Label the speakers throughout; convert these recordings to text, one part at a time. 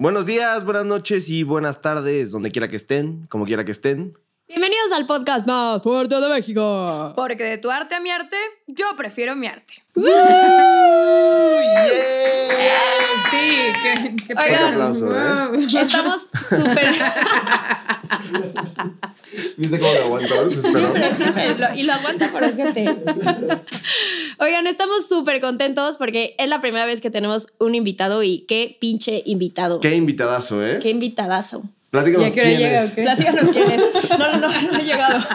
Speaker 1: Buenos días, buenas noches y buenas tardes, donde quiera que estén, como quiera que estén.
Speaker 2: Bienvenidos al podcast más fuerte de México.
Speaker 3: Porque de tu arte a mi arte, yo prefiero mi arte. Sí, qué, qué
Speaker 1: Fuerte
Speaker 3: pedo.
Speaker 1: aplauso, ¿eh?
Speaker 2: Estamos súper.
Speaker 1: ¿Viste cómo lo aguantó? Se esperó.
Speaker 2: Siempre lo- y lo aguanta por gente. Oigan, estamos súper contentos porque es la primera vez que tenemos un invitado y qué pinche invitado.
Speaker 1: Qué invitadazo, ¿eh?
Speaker 2: Qué invitadazo.
Speaker 1: Platícanos
Speaker 3: ¿Y a qué hora
Speaker 1: quién
Speaker 3: llega,
Speaker 1: es.
Speaker 3: o qué?
Speaker 2: Platícanos quién es. No, no, no, no ha llegado.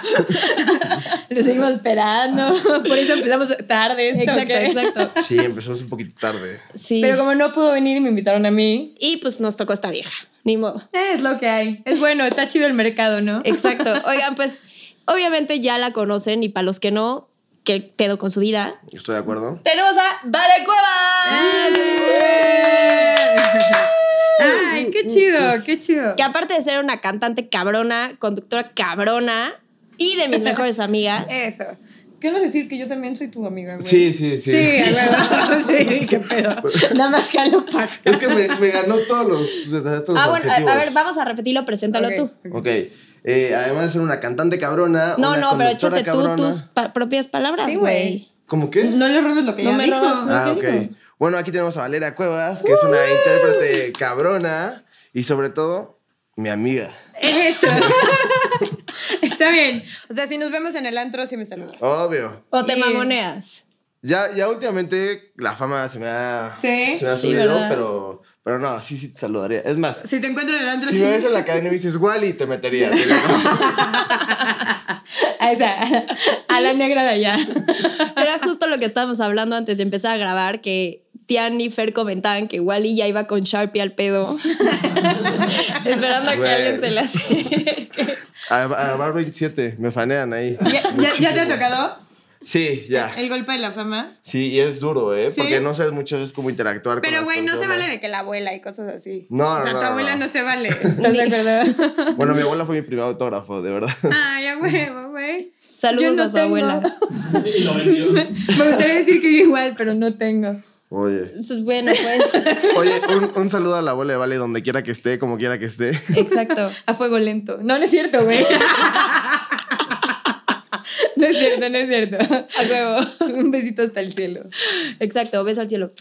Speaker 3: Lo seguimos esperando. Por eso empezamos tarde. esto,
Speaker 2: Exacto,
Speaker 3: ¿ok?
Speaker 2: exacto.
Speaker 1: Sí, empezamos un poquito tarde.
Speaker 2: Sí.
Speaker 3: Pero como no pudo venir, me invitaron a mí.
Speaker 2: Y pues nos tocó esta vieja. Ni modo.
Speaker 3: Eh, Es lo que hay. Es bueno, está chido el mercado, ¿no?
Speaker 2: Exacto. Oigan, pues obviamente ya la conocen y para los que no, qué pedo con su vida.
Speaker 1: ¿Estoy de acuerdo?
Speaker 2: Tenemos a Vale
Speaker 3: Ah,
Speaker 2: ¡Eh! Cuevas.
Speaker 3: Ay, qué chido, qué chido.
Speaker 2: Que aparte de ser una cantante cabrona, conductora cabrona y de mis mejores amigas,
Speaker 3: Eso. Quiero decir que yo también soy tu amiga, güey.
Speaker 1: Sí, sí, sí.
Speaker 3: Sí, a huevo. sí, qué pedo. Nada más que lo pack.
Speaker 1: Es que me, me ganó todos los, todos los
Speaker 2: Ah, bueno, a-
Speaker 1: adjetivos.
Speaker 2: a, ver, vamos a repetirlo, preséntalo
Speaker 3: Ok.
Speaker 2: tú.
Speaker 1: Ok. Eh, además de ser una cantante cabrona.
Speaker 2: No,
Speaker 1: una
Speaker 2: no, pero
Speaker 1: conductora
Speaker 2: échate tú
Speaker 1: cabrona.
Speaker 2: tus pa- propias palabras,
Speaker 3: Sí, güey.
Speaker 2: güey.
Speaker 1: ¿Cómo qué?
Speaker 3: No le robes lo que
Speaker 2: No
Speaker 3: ya
Speaker 2: me
Speaker 3: dijo.
Speaker 2: robes, ¿no?
Speaker 1: Ah, ok. Bueno, aquí tenemos a Valera Cuevas, que es una intérprete cabrona y sobre todo mi amiga.
Speaker 3: Eso. Está bien. O sea, si nos vemos en el antro, sí me saludas.
Speaker 1: Obvio.
Speaker 2: O te
Speaker 3: Y-
Speaker 2: mamoneas.
Speaker 1: Ya, ya últimamente la fama se me ha,
Speaker 3: Sí,
Speaker 1: se me ha
Speaker 2: sí,
Speaker 1: subido,
Speaker 2: ¿verdad?
Speaker 1: pero, pero no, sí, sí te saludaría. Es más,
Speaker 3: Si te encuentro en el antro,
Speaker 1: si me ves en la cadena y me dices Wally, te metería. te digo, "Ah, no.
Speaker 3: Ahí está. Ah, A la negra de allá.
Speaker 2: Era justo lo que estábamos hablando antes de empezar a grabar, que Tian y Fer comentaban que Wally ya iba con Sharpie al pedo. Esperando a que
Speaker 1: Güey.
Speaker 2: alguien se la acerque.
Speaker 1: A, a Armar 27, me fanean ahí.
Speaker 3: ¿Ya, ya, ya te ha tocado
Speaker 1: Sí, ya.
Speaker 3: el golpe de la fama?
Speaker 1: Sí, y es duro, ¿eh?
Speaker 3: ¿Sí?
Speaker 1: Porque no sabes muchas veces cómo interactuar con
Speaker 3: Pero,
Speaker 1: las
Speaker 3: güey, no se
Speaker 1: personas.
Speaker 3: vale de que la abuela y cosas así.
Speaker 1: No,
Speaker 3: O sea,
Speaker 1: no,
Speaker 3: tu
Speaker 1: no,
Speaker 3: abuela
Speaker 1: no.
Speaker 3: no se vale. ¿Estás de acuerdo?
Speaker 1: Bueno, mi abuela fue mi primer autógrafo, de verdad.
Speaker 3: Ay, a huevo, güey.
Speaker 2: Saludos
Speaker 3: Yo no
Speaker 2: a su
Speaker 3: tengo.
Speaker 2: abuela.
Speaker 3: Me gustaría decir que yo igual, pero no tengo.
Speaker 1: Oye.
Speaker 2: Bueno, pues,
Speaker 1: Oye, un, un saludo a la abuela de Vale, donde quiera que esté, como quiera que esté.
Speaker 2: exacto.
Speaker 3: A fuego lento. No, no es cierto, güey. No es cierto, no es cierto.
Speaker 2: A huevo.
Speaker 3: Un besito hasta el cielo.
Speaker 2: Exacto, beso al cielo.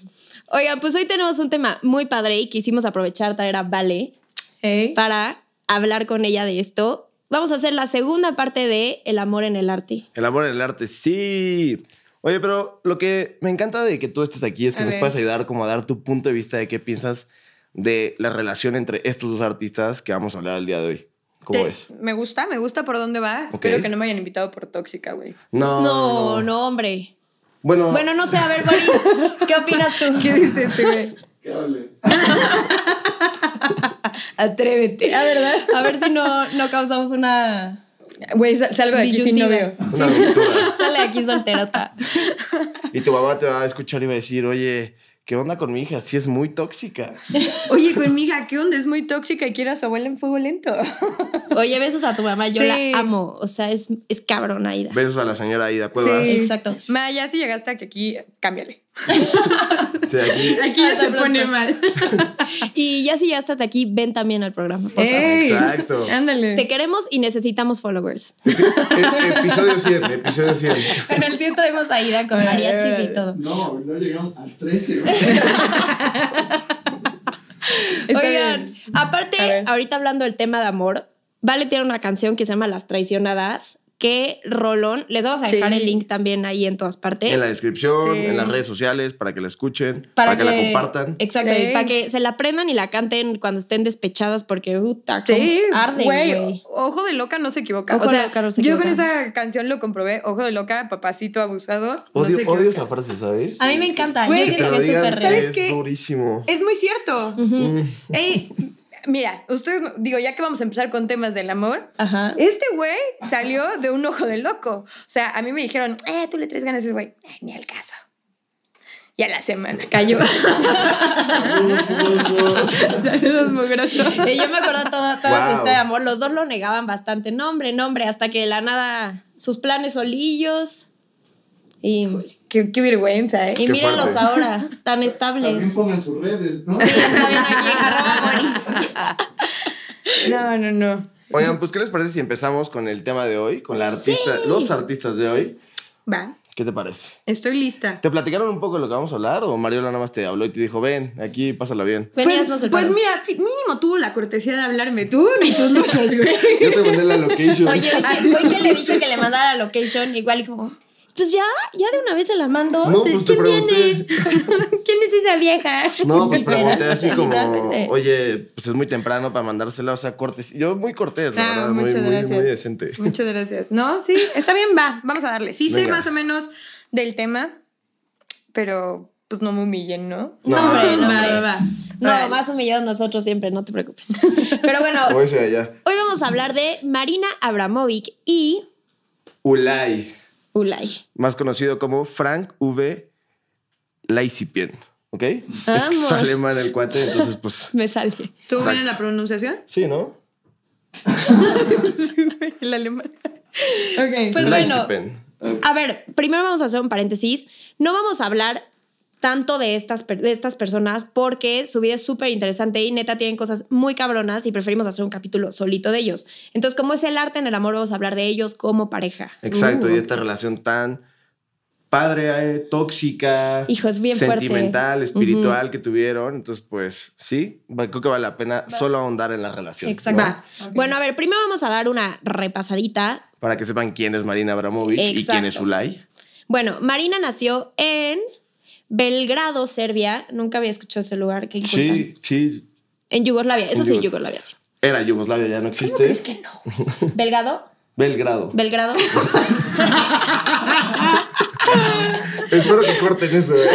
Speaker 2: Oigan, pues hoy tenemos un tema muy padre y quisimos aprovechar traer a Vale
Speaker 3: ¿Eh?
Speaker 2: para hablar con ella de esto. Vamos a hacer la segunda parte de El amor en el arte.
Speaker 1: El amor en el arte, sí. Oye, pero lo que me encanta de que tú estés aquí es que
Speaker 3: A
Speaker 1: nos
Speaker 3: ver.
Speaker 1: puedas ayudar como a dar tu punto de vista de qué piensas de la relación entre estos dos artistas que vamos a hablar el día de hoy. ¿Cómo
Speaker 3: Te-
Speaker 1: es?
Speaker 3: Me gusta, me gusta por dónde va.
Speaker 1: Ok.
Speaker 3: Espero que no me hayan invitado por tóxica, güey.
Speaker 1: No,
Speaker 2: No, no, hombre.
Speaker 1: Bueno,
Speaker 2: Bueno, no sé, a ver, Boris, ¿qué opinas tú?
Speaker 3: ¿Qué dices, este güey? Atrévete. Ah, ¿verdad?
Speaker 2: A ver si no, no causamos una...
Speaker 3: Güey, sal- salgo de aquí sin
Speaker 2: Disyuntiva.
Speaker 3: novio.
Speaker 1: una ruptura.
Speaker 2: Sale de aquí solterota.
Speaker 1: Y tu mamá te va a escuchar y va a decir, oye, ¿qué onda con mi hija? Sí es muy tóxica.
Speaker 3: Oye, con mi hija, ¿qué onda? Es muy tóxica y quiere a su abuela en fuego lento.
Speaker 2: Oye, besos a tu mamá, yo
Speaker 3: Sí.
Speaker 2: la amo. O sea, es, es cabrona, Aida.
Speaker 1: Besos a la señora Aida Cuevas.
Speaker 3: Sí.
Speaker 2: Exacto.
Speaker 3: Ma, ya si llegaste a que aquí, cámbiale.
Speaker 1: Sí, aquí.
Speaker 3: Aquí
Speaker 2: ya se pone
Speaker 3: mal.
Speaker 2: Y ya si ya estás aquí, ven también al programa. por favor.
Speaker 1: Exacto.
Speaker 3: Ándale.
Speaker 2: Te queremos y necesitamos followers.
Speaker 1: E- episodio 100, episodio 100.
Speaker 2: Bueno, el sí traemos a Ida con mariachis y todo.
Speaker 4: No, no llegamos al 13.
Speaker 3: Está
Speaker 2: Oigan,
Speaker 3: bien. A
Speaker 2: aparte,
Speaker 3: ver.
Speaker 2: ahorita hablando del tema de amor, Vale tiene una canción que se llama Las Traicionadas, que Rolón, les vamos a
Speaker 3: Sí.
Speaker 2: dejar el link también ahí en todas partes.
Speaker 1: En la descripción,
Speaker 3: Sí.
Speaker 1: en las redes sociales, para que la escuchen, para, que, la compartan.
Speaker 2: Exacto, y
Speaker 3: Sí.
Speaker 2: para que se la aprendan y la canten cuando estén despechadas porque puta,
Speaker 3: Sí,
Speaker 2: cómo arde, güey.
Speaker 3: Ojo de loca no se equivoca.
Speaker 2: Ojo
Speaker 3: o
Speaker 2: de
Speaker 3: sea,
Speaker 2: loca no se
Speaker 3: yo con
Speaker 2: equivoca.
Speaker 3: esa canción lo comprobé. Ojo de loca, papacito abusado. no
Speaker 1: Odio,
Speaker 3: se
Speaker 1: odio
Speaker 3: equivoca.
Speaker 1: esa frase, ¿sabes?
Speaker 2: A mí me encanta,
Speaker 3: Güey,
Speaker 1: Que
Speaker 2: yo
Speaker 1: te
Speaker 2: siento
Speaker 1: lo
Speaker 2: que es
Speaker 1: digan
Speaker 2: súper
Speaker 3: ¿sabes
Speaker 2: real.
Speaker 1: es
Speaker 3: qué?
Speaker 1: durísimo.
Speaker 3: Es muy cierto.
Speaker 2: Ujú.
Speaker 1: Mm.
Speaker 3: Ey, mira, ustedes, no- digo, ya que vamos a empezar con temas del amor,
Speaker 2: Ajá.
Speaker 3: este güey salió de un ojo de loco. O sea, a mí me dijeron, eh, tú le traes ganas a ese güey. Ay, ni al caso. Y a la semana cayó. Saludos, mugroso.
Speaker 2: Y Eh, yo me acuerdo toda, toda su
Speaker 1: Wow.
Speaker 2: historia de amor. Los dos lo negaban bastante. No, hombre, no, hombre. Hasta que de la nada, sus planes solillos. Y,
Speaker 3: Qué, qué vergüenza, ¿eh?
Speaker 2: y
Speaker 1: Qué
Speaker 2: mírenlos
Speaker 1: fuerte.
Speaker 2: ahora, tan
Speaker 4: También
Speaker 2: estables.
Speaker 4: pongan sus redes, ¿no?
Speaker 2: Sí, ya saben, aquí, arroba Boris.
Speaker 3: No, no, no.
Speaker 1: Oigan, pues, ¿qué les parece si empezamos con el tema de hoy? Con la artista, los artistas de hoy.
Speaker 3: Va,
Speaker 1: ¿Qué te parece?
Speaker 3: estoy lista.
Speaker 1: ¿Te platicaron un poco de lo que vamos a hablar o Mariola nada más te habló y te dijo, ven, aquí pásala bien?
Speaker 2: Ven y haznos
Speaker 3: Pues,
Speaker 2: el
Speaker 3: pues
Speaker 2: paro.
Speaker 3: mira, fi- mínimo tuvo la cortesía de hablarme tú ni tus luces, güey.
Speaker 1: Yo te mandé la location.
Speaker 2: Oye, el güey que le dije que le mandara la location, igual y como, pues ya, ya de una vez se la mando.
Speaker 1: no, pues te
Speaker 2: ¿Quién
Speaker 1: pregunté.
Speaker 2: viene?
Speaker 3: ¿Quién es esa vieja?
Speaker 1: No, pues pregunté así como,
Speaker 2: Literalmente.
Speaker 1: oye, pues es muy temprano para mandársela, o sea, cortes. Yo muy cortés, la
Speaker 3: Ah,
Speaker 1: verdad, muy,
Speaker 3: muchas
Speaker 1: muy,
Speaker 3: gracias.
Speaker 1: muy decente.
Speaker 3: Muchas gracias. No, sí, está bien, va, vamos a darle. Sí sé
Speaker 1: Venga.
Speaker 3: más o menos del tema, pero pues no me humillen, ¿no?
Speaker 1: No,
Speaker 2: No, hombre, no,
Speaker 1: hombre.
Speaker 2: hombre. No,
Speaker 3: Órale.
Speaker 2: más humillados nosotros siempre, no te preocupes. Pero bueno,
Speaker 1: Como dice allá,
Speaker 2: hoy vamos a hablar de Marina Abramovic y
Speaker 1: Ulay,
Speaker 2: Ulay.
Speaker 1: más conocido como Frank V. Laisipien,
Speaker 2: Ah,
Speaker 1: ¿ok? Es que
Speaker 2: Amo.
Speaker 1: sale mal el cuate, entonces pues,
Speaker 2: Me sale.
Speaker 3: ¿Estuvo
Speaker 1: Exacto.
Speaker 3: bien en la pronunciación?
Speaker 1: sí, ¿no?
Speaker 3: el alemán. Ok.
Speaker 2: Pues bueno,
Speaker 1: Laisipen.
Speaker 2: a ver, primero vamos a hacer un paréntesis. No vamos a hablar tanto de estas, per- de estas personas porque su vida es súper interesante y neta tienen cosas muy cabronas y preferimos hacer un capítulo solito de ellos. Entonces, como es el arte en el amor, vamos a hablar de ellos como pareja.
Speaker 1: Exacto,
Speaker 3: Uh,
Speaker 1: y esta relación tan padre, eh, tóxica,
Speaker 2: Hijo, es bien fuerte.
Speaker 1: sentimental, espiritual que tuvieron. Entonces, pues sí, va- creo que vale la pena solo ahondar en la relación. ¿no?
Speaker 2: Exacto.
Speaker 3: Va. Ok.
Speaker 2: Bueno, a ver, primero vamos a dar una repasadita
Speaker 1: Para que sepan quién es Marina Abramovic y quién
Speaker 2: Exacto.
Speaker 1: es Ulay.
Speaker 2: Bueno, Marina nació en Belgrado, Serbia. Nunca había escuchado ese lugar. Qué importante.
Speaker 1: Sí, sí.
Speaker 2: En Yugoslavia. Eso
Speaker 1: En
Speaker 2: sí,
Speaker 1: Yugo-
Speaker 2: Yugoslavia, sí.
Speaker 1: Era Yugoslavia, ya no existe.
Speaker 3: Es que no.
Speaker 2: Belgrado.
Speaker 1: Belgrado.
Speaker 2: Belgrado.
Speaker 1: Espero que corten eso, ¿eh?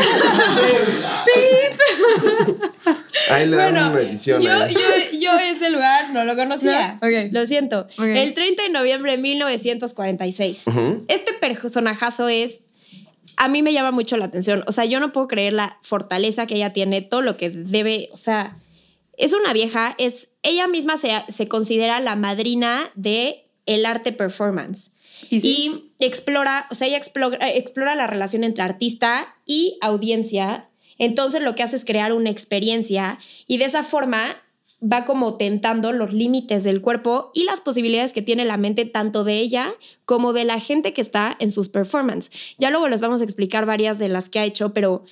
Speaker 1: Ahí le dan una edición.
Speaker 2: yo,
Speaker 1: ahí.
Speaker 2: yo- yo ese lugar no lo conocía.
Speaker 3: No, ok.
Speaker 2: Lo siento.
Speaker 3: Ok.
Speaker 2: El 30 de noviembre de 1946.
Speaker 1: Ujú.
Speaker 2: Este personajazo es. A mí me llama mucho la atención. O sea, yo no puedo creer la fortaleza que ella tiene, todo lo que debe. O sea, es una vieja, es. Ella misma se, se considera la madrina de el arte performance.
Speaker 3: ¿Y
Speaker 2: Y,
Speaker 3: sí?
Speaker 2: explora, o sea, ella explora, explora la relación entre artista y audiencia. Entonces lo que hace es crear una experiencia y de esa forma va como tentando los límites del cuerpo y las posibilidades que tiene la mente tanto de ella como de la gente que está en sus performances. Ya luego les vamos a explicar varias de las que ha hecho, pero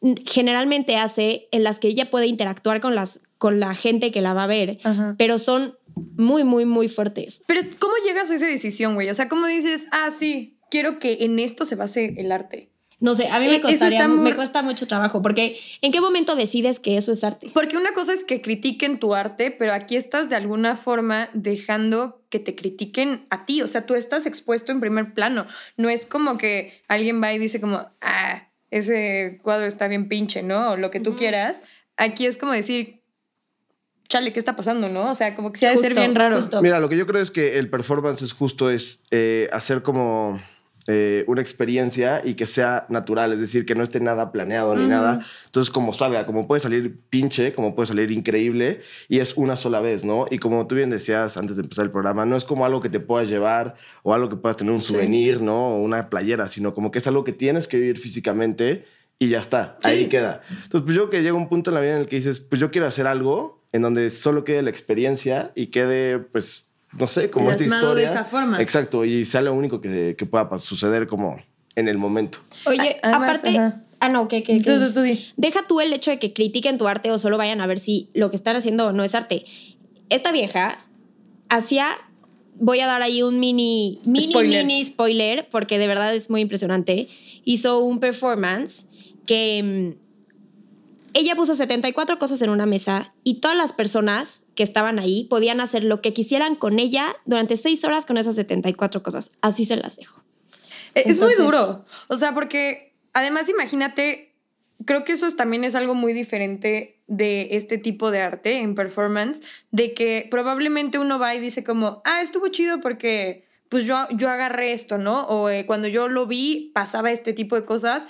Speaker 2: mm, generalmente hace en las que ella puede interactuar con, las, con la gente que la va a ver,
Speaker 3: Ajá.
Speaker 2: pero son muy, muy, muy fuertes.
Speaker 3: Pero, ¿cómo llegas a esa decisión, güey? O sea, ¿cómo dices, ah, sí, quiero que en esto se base el arte?
Speaker 2: No sé, a mí
Speaker 3: Eh,
Speaker 2: me,
Speaker 3: eso
Speaker 2: costaría,
Speaker 3: está muy-
Speaker 2: me cuesta mucho trabajo, porque ¿en qué momento decides que eso es arte?
Speaker 3: Porque una cosa es que critiquen tu arte, pero aquí estás de alguna forma dejando que te critiquen a ti. O sea, tú estás expuesto en primer plano. No es como que alguien va y dice como, ah, ese cuadro está bien pinche, ¿no? O lo que tú
Speaker 2: Ujú.
Speaker 3: quieras. Aquí es como decir, chale, ¿qué está pasando, no? O sea, como que se ha de ser
Speaker 2: Justo,
Speaker 3: bien raro.
Speaker 2: justo.
Speaker 1: Mira, lo que yo creo es que el performance es justo es eh, hacer como eh, una experiencia y que sea natural, es decir, que no esté nada planeado ni
Speaker 3: Ujú.
Speaker 1: nada. Entonces, como salga, como puede salir pinche, como puede salir increíble, y es una sola vez, ¿no? Y como tú bien decías antes de empezar el programa, no es como algo que te puedas llevar o algo que puedas tener un
Speaker 3: Sí.
Speaker 1: souvenir, ¿no? O una playera, sino como que es algo que tienes que vivir físicamente y ya está, ahí queda. Entonces, pues yo creo que llega un punto en la vida en el que dices, pues yo quiero hacer algo en donde solo quede la experiencia y quede, pues, no sé, como esta
Speaker 3: Plasmado
Speaker 1: historia.
Speaker 3: de esa forma.
Speaker 1: Exacto, y sea lo único que, que pueda pa- suceder como en el momento.
Speaker 2: Oye,
Speaker 3: A- además,
Speaker 2: aparte...
Speaker 3: ajá.
Speaker 2: Ah, no, que... que, que-
Speaker 3: Tú, tú, tú di.
Speaker 2: Deja tú el hecho de que critiquen tu arte o solo vayan a ver si lo que están haciendo no es arte. Esta vieja hacía... Voy a dar ahí un mini, mini,
Speaker 3: Spoiler.
Speaker 2: mini spoiler, porque de verdad es muy impresionante. Hizo un performance que... mm, Ella puso 74 cosas en una mesa y todas las personas que estaban ahí podían hacer lo que quisieran con ella durante 6 horas con esas 74 cosas. Así se las dejo.
Speaker 3: E-, Es
Speaker 2: Entonces-
Speaker 3: muy duro. O sea, porque además imagínate, creo que eso es- también es algo muy diferente de este tipo de arte en performance, de que probablemente uno va y dice como, ah, estuvo chido porque pues yo, yo agarré esto, ¿no? O eh, cuando yo lo vi pasaba este tipo de cosas,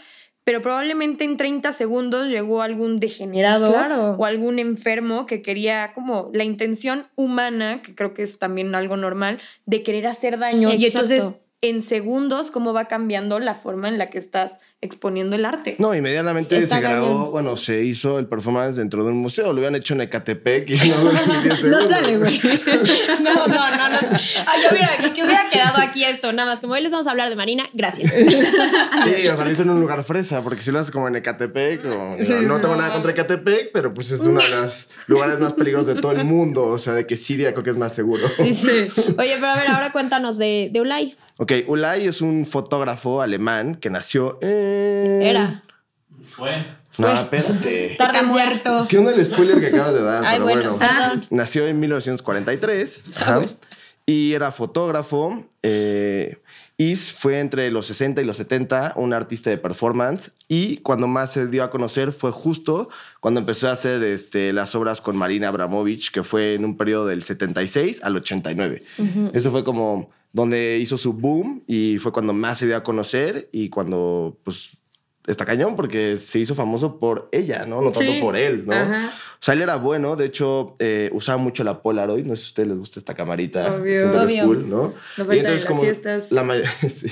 Speaker 3: pero probablemente en 30 segundos llegó algún degenerado
Speaker 2: Claro.
Speaker 3: o algún enfermo que quería como la intención humana, que creo que es también algo normal, de querer hacer daño. Y
Speaker 2: Exacto.
Speaker 3: entonces en segundos cómo va cambiando la forma en la que estás exponiendo el arte.
Speaker 1: No, inmediatamente
Speaker 2: Está
Speaker 1: se grabó,
Speaker 2: cañón.
Speaker 1: bueno, se hizo el performance dentro de un museo. Lo habían hecho en Ecatepec y no duran ni 10
Speaker 2: No
Speaker 1: segundos.
Speaker 2: sale, güey. No, no, no, no. Ay, yo hubiera, que hubiera quedado aquí esto, nada más. Como hoy les vamos a hablar de Marina, gracias.
Speaker 1: Sí, o sea, lo hizo en un lugar fresa, porque si lo haces como en Ecatepec, o-
Speaker 3: Sí,
Speaker 1: no, no
Speaker 3: sí,
Speaker 1: tengo
Speaker 3: no
Speaker 1: nada
Speaker 3: mames.
Speaker 1: contra Ecatepec, pero pues es uno de los lugares más peligrosos de todo el mundo. O sea, de que Siria creo que es más seguro.
Speaker 3: Sí.
Speaker 2: Oye, pero a ver, ahora cuéntanos de, de Ulay.
Speaker 1: Ok, Ulay es un fotógrafo alemán que nació en...
Speaker 2: Era.
Speaker 5: Fue.
Speaker 1: No,
Speaker 2: Fue.
Speaker 1: espérate.
Speaker 2: Tarde
Speaker 3: Está
Speaker 2: ya.
Speaker 3: muerto.
Speaker 1: ¿Qué onda el spoiler que acabas de dar?
Speaker 2: Ay,
Speaker 1: Pero
Speaker 2: bueno,
Speaker 1: bueno,
Speaker 2: perdón.
Speaker 1: nació en 1943 ajá, y era fotógrafo. eh, y fue entre los 60 y los 70 un artista de performance. Y cuando más se dio a conocer fue justo cuando empezó a hacer este, las obras con Marina Abramovich, que fue en un periodo del 76 al 89. Eso fue como donde hizo su boom y fue cuando más se dio a conocer y cuando pues está cañón porque se hizo famoso por ella, ¿no? No tanto
Speaker 3: Sí.
Speaker 1: por él, ¿no?
Speaker 3: Ajá.
Speaker 1: O sea, él era bueno. De hecho, eh, usaba mucho la Polaroid. No sé si a ustedes les gusta esta camarita.
Speaker 3: Obvio.
Speaker 1: Siento que es
Speaker 2: Obvio.
Speaker 1: cool, ¿no?
Speaker 3: No falta en las fiestas.
Speaker 1: La, may- sí.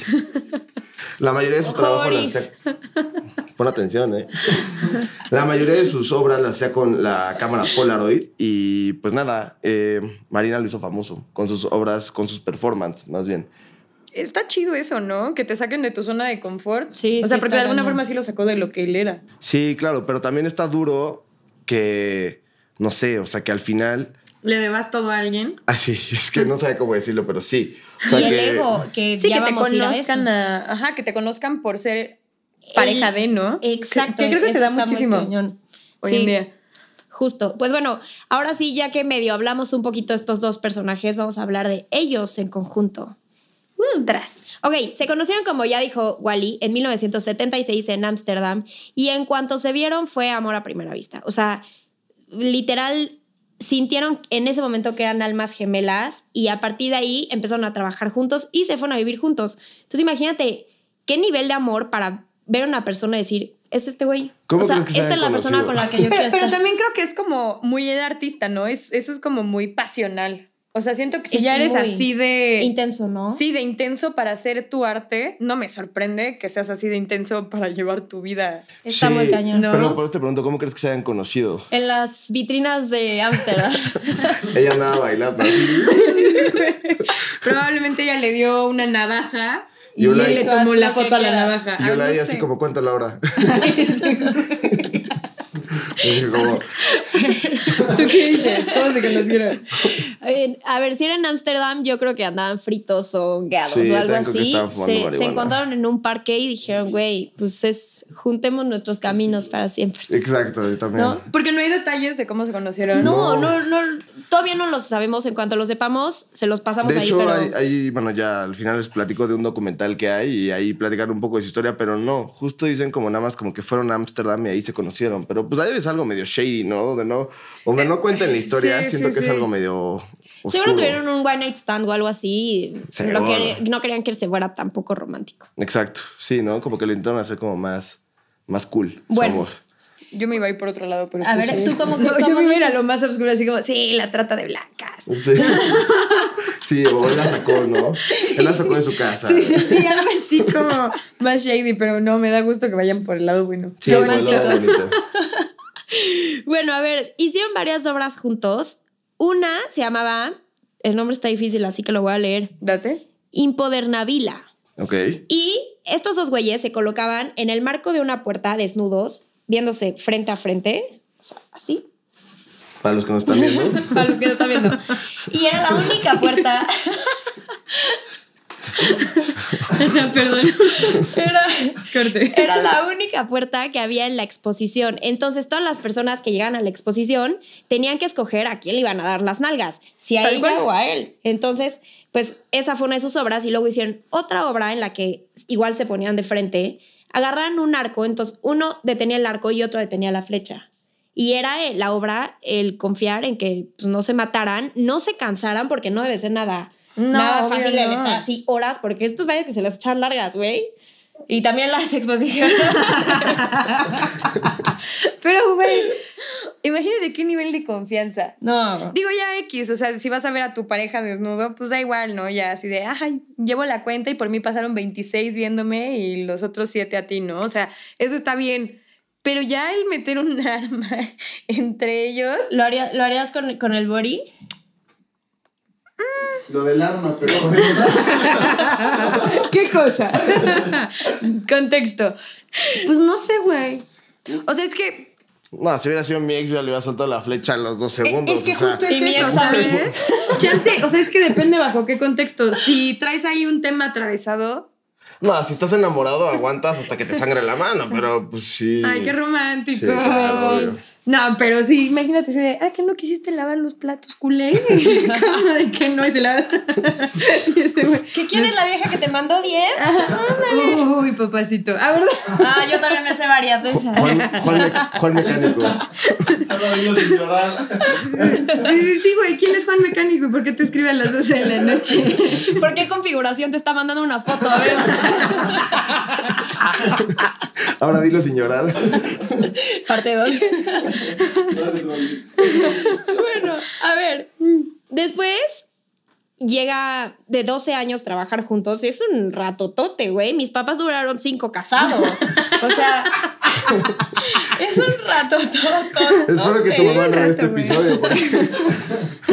Speaker 1: La mayoría de sus
Speaker 2: Ojo,
Speaker 1: trabajos las
Speaker 2: Boris.
Speaker 1: hacía... Pon atención, ¿eh? La mayoría de sus obras las hacía con la cámara Polaroid. Y pues nada, eh, Marina lo hizo famoso con sus obras, con sus performances, más bien.
Speaker 3: Está chido eso, ¿no? Que te saquen de tu zona de confort.
Speaker 2: Sí,
Speaker 3: O sea,
Speaker 2: sí, está
Speaker 3: porque de alguna
Speaker 2: cañón.
Speaker 3: forma sí lo sacó de lo que él era.
Speaker 1: Sí, claro, pero también está duro que... No sé, o sea, que al final...
Speaker 3: ¿Le debas todo a alguien?
Speaker 1: Ah, sí, es que no sabe cómo decirlo, pero sí. O sea,
Speaker 2: Y el
Speaker 1: que-
Speaker 2: ego, que
Speaker 3: Sí,
Speaker 2: ya
Speaker 3: que te
Speaker 2: vamos a ir a eso.
Speaker 3: conozcan a, Ajá, que te conozcan por ser pareja
Speaker 2: El-
Speaker 3: de, ¿no?
Speaker 2: Exacto.
Speaker 3: Que, que creo que
Speaker 2: eso
Speaker 3: se da
Speaker 2: está muy
Speaker 3: muchísimo
Speaker 2: cañón.
Speaker 3: hoy
Speaker 2: Sí.
Speaker 3: en día.
Speaker 2: Justo. Pues bueno, ahora sí, ya que medio hablamos un poquito de estos dos personajes, vamos a hablar de ellos en conjunto.
Speaker 3: Tras.
Speaker 2: Ok, se conocieron como ya dijo Wally en 1976 en Ámsterdam y en cuanto se vieron fue amor a primera vista. O sea, literal sintieron en ese momento que eran almas gemelas y a partir de ahí empezaron a trabajar juntos y se fueron a vivir juntos. Entonces imagínate qué nivel de amor para ver a una persona y decir, es este güey.
Speaker 1: ¿Cómo
Speaker 2: o sea,
Speaker 1: crees que se
Speaker 2: esta es
Speaker 1: hayan
Speaker 2: la persona
Speaker 1: conocido?
Speaker 2: con la que yo
Speaker 3: Pero,
Speaker 2: quiero
Speaker 3: pero
Speaker 2: estar.
Speaker 3: también creo que es como muy el artista, ¿no? Es, eso es como muy pasional. O sea, siento que si
Speaker 2: Es
Speaker 3: ya eres
Speaker 2: muy
Speaker 3: así de...
Speaker 2: Intenso, ¿no?
Speaker 3: Sí, de intenso para hacer tu arte. No me sorprende que seas así de intenso para llevar tu vida.
Speaker 2: Está
Speaker 1: Sí,
Speaker 2: muy cañón.
Speaker 3: No.
Speaker 1: Pero por eso te pregunto, ¿cómo crees que se hayan conocido?
Speaker 2: En las vitrinas de Ámsterdam.
Speaker 1: Ella andaba bailando.
Speaker 3: Probablemente ella le dio una navaja y,
Speaker 1: Y
Speaker 3: él
Speaker 1: Olay-
Speaker 3: le
Speaker 2: Tú haz
Speaker 3: tomó
Speaker 2: lo
Speaker 3: la
Speaker 2: que
Speaker 3: foto a la
Speaker 2: quieras.
Speaker 3: navaja.
Speaker 1: Y yo
Speaker 3: Ah,
Speaker 1: la
Speaker 3: no
Speaker 1: vi
Speaker 3: sé.
Speaker 1: así como, ¿cuánto la hora? Y dije como,
Speaker 3: ¿Tú qué dices? ¿Cómo se conocieron?
Speaker 2: Eh, a ver, si era en Ámsterdam, yo creo que andaban fritos o hongueados
Speaker 1: Sí,
Speaker 2: o algo
Speaker 1: también creo que
Speaker 2: así.
Speaker 1: estaban fumando
Speaker 2: Se, se
Speaker 1: marihuana.
Speaker 2: encontraron en un parque y dijeron, güey, pues es, juntemos nuestros caminos para siempre.
Speaker 1: exacto, yo también.
Speaker 2: ¿No?
Speaker 3: Porque no hay detalles de cómo se conocieron.
Speaker 2: No, no,
Speaker 1: No.
Speaker 2: no, todavía no los sabemos. En cuanto los sepamos, se los pasamos
Speaker 1: De
Speaker 2: ahí,
Speaker 1: hecho,
Speaker 2: pero.
Speaker 1: hay, hay- bueno, ya al final les platico de un documental que hay y ahí platicaron un poco de su historia, pero no, justo dicen como nada más como que fueron a Ámsterdam y ahí se conocieron, pero pues ahí es algo medio shady, ¿no? Donde no, donde no cuenten la historia,
Speaker 3: sí,
Speaker 1: siento
Speaker 3: sí,
Speaker 1: que
Speaker 3: sí.
Speaker 1: es algo medio oscuro.
Speaker 2: Seguro tuvieron un one night stand o algo así. y
Speaker 1: Seguro.
Speaker 2: No, quer- no querían que se fuera tampoco romántico.
Speaker 1: Exacto, sí, ¿no? Como que lo intentaron hacer como más, más cool. su
Speaker 2: Bueno.
Speaker 1: amor.
Speaker 3: Yo me iba a ir por otro lado, pero. pues
Speaker 2: A ver,
Speaker 3: sí.
Speaker 2: tú como que-
Speaker 3: No,
Speaker 2: ¿cómo
Speaker 3: yo me iba a ir a
Speaker 2: dices?
Speaker 3: lo más oscuro, así como, sí, la trata de blancas.
Speaker 1: Sí. sí, o él la sacó, ¿no? Él la sacó de su casa.
Speaker 3: Sí, sí, sí, algo así como más shady, pero no, me da gusto que vayan por el lado bueno.
Speaker 1: Sí, fue lo
Speaker 2: Románticos.
Speaker 1: bonito.
Speaker 2: Bueno, a ver, hicieron varias obras juntos. Una se llamaba. El nombre está difícil, así que lo voy a leer.
Speaker 3: Date.
Speaker 2: Impodernavila.
Speaker 1: Ok.
Speaker 2: Y estos dos güeyes se colocaban en el marco de una puerta desnudos, viéndose frente a frente, o sea, así.
Speaker 1: Para los que nos están viendo.
Speaker 2: Para los que no están viendo. Y era la única puerta.
Speaker 3: Perdón.
Speaker 2: Era,
Speaker 3: Corte.
Speaker 2: era la única puerta que había en la exposición. Entonces, todas las personas que llegaban a la exposición tenían que escoger a quién le iban a dar las nalgas, si a
Speaker 3: Tal cual.
Speaker 2: ella o a él. Entonces, pues esa fue una de sus obras y luego hicieron otra obra en la que igual se ponían de frente, agarraban un arco, entonces uno detenía el arco y otro detenía la flecha. Y era eh, la obra el confiar en que pues, no se mataran, no se cansaran porque no debe ser nada
Speaker 3: No,
Speaker 2: nada
Speaker 3: obvio
Speaker 2: fácil el
Speaker 3: no.
Speaker 2: estar así horas, porque estos vallas que se las echan largas, güey. Y también las exposiciones.
Speaker 3: Pero, güey, Imagínate qué nivel de confianza.
Speaker 5: No.
Speaker 3: Digo, ya X, o sea, si vas a ver a tu pareja desnudo, pues da igual, ¿no? Ya así de, ay, llevo la cuenta y por mí pasaron 26 viéndome y los otros 7 a ti, ¿no? O sea, eso está bien. Pero ya el meter un arma entre ellos,
Speaker 2: ¿Lo, haría- lo harías con, con el body?
Speaker 4: Lo del arma, pero.
Speaker 5: ¿Qué cosa?
Speaker 3: contexto. Pues no sé, güey. O sea, es que. eh,
Speaker 1: No, si hubiera sido mi ex, yo le hubiera soltado la flecha en los dos segundos.
Speaker 5: Es que
Speaker 1: o sea,
Speaker 5: justo
Speaker 3: Y mi
Speaker 5: es
Speaker 3: ex
Speaker 5: eso,
Speaker 3: a mí.
Speaker 5: ¿sabes?
Speaker 3: Chance, o sea, es que depende bajo qué contexto. Si traes ahí un tema atravesado.
Speaker 1: No, si estás enamorado, aguantas hasta que te sangre la mano, pero pues sí.
Speaker 3: Ay, qué romántico.
Speaker 1: Sí, claro, obvio.
Speaker 3: No, pero sí, imagínate, así de, ah, que no quisiste lavar los platos, culé. Como de que no es la. Y ese güey,
Speaker 2: ¿Qué quieres la vieja que te mandó 10?
Speaker 3: Uy, papacito. Ah, ¿verdad?
Speaker 2: Ah, yo también me sé varias de esas.
Speaker 1: Juan, Juan Mec- Juan Mecánico.
Speaker 4: Ahora yo sin llorar.
Speaker 3: Sí, sí, sí, güey. ¿Quién es Juan Mecánico y por qué te escribe a las 12 de la noche?
Speaker 2: ¿Por qué configuración te está mandando una foto? A ver.
Speaker 1: Ahora dilo sin llorar.
Speaker 2: Parte 2.
Speaker 4: Gracias, Rodri.
Speaker 2: Bueno, a ver. Después llega de 12 años trabajar juntos. Es un ratotote, güey. Mis papás duraron cinco casados. O sea, es un ratotote.
Speaker 1: Espero que tu mamá no vea este episodio. Porque...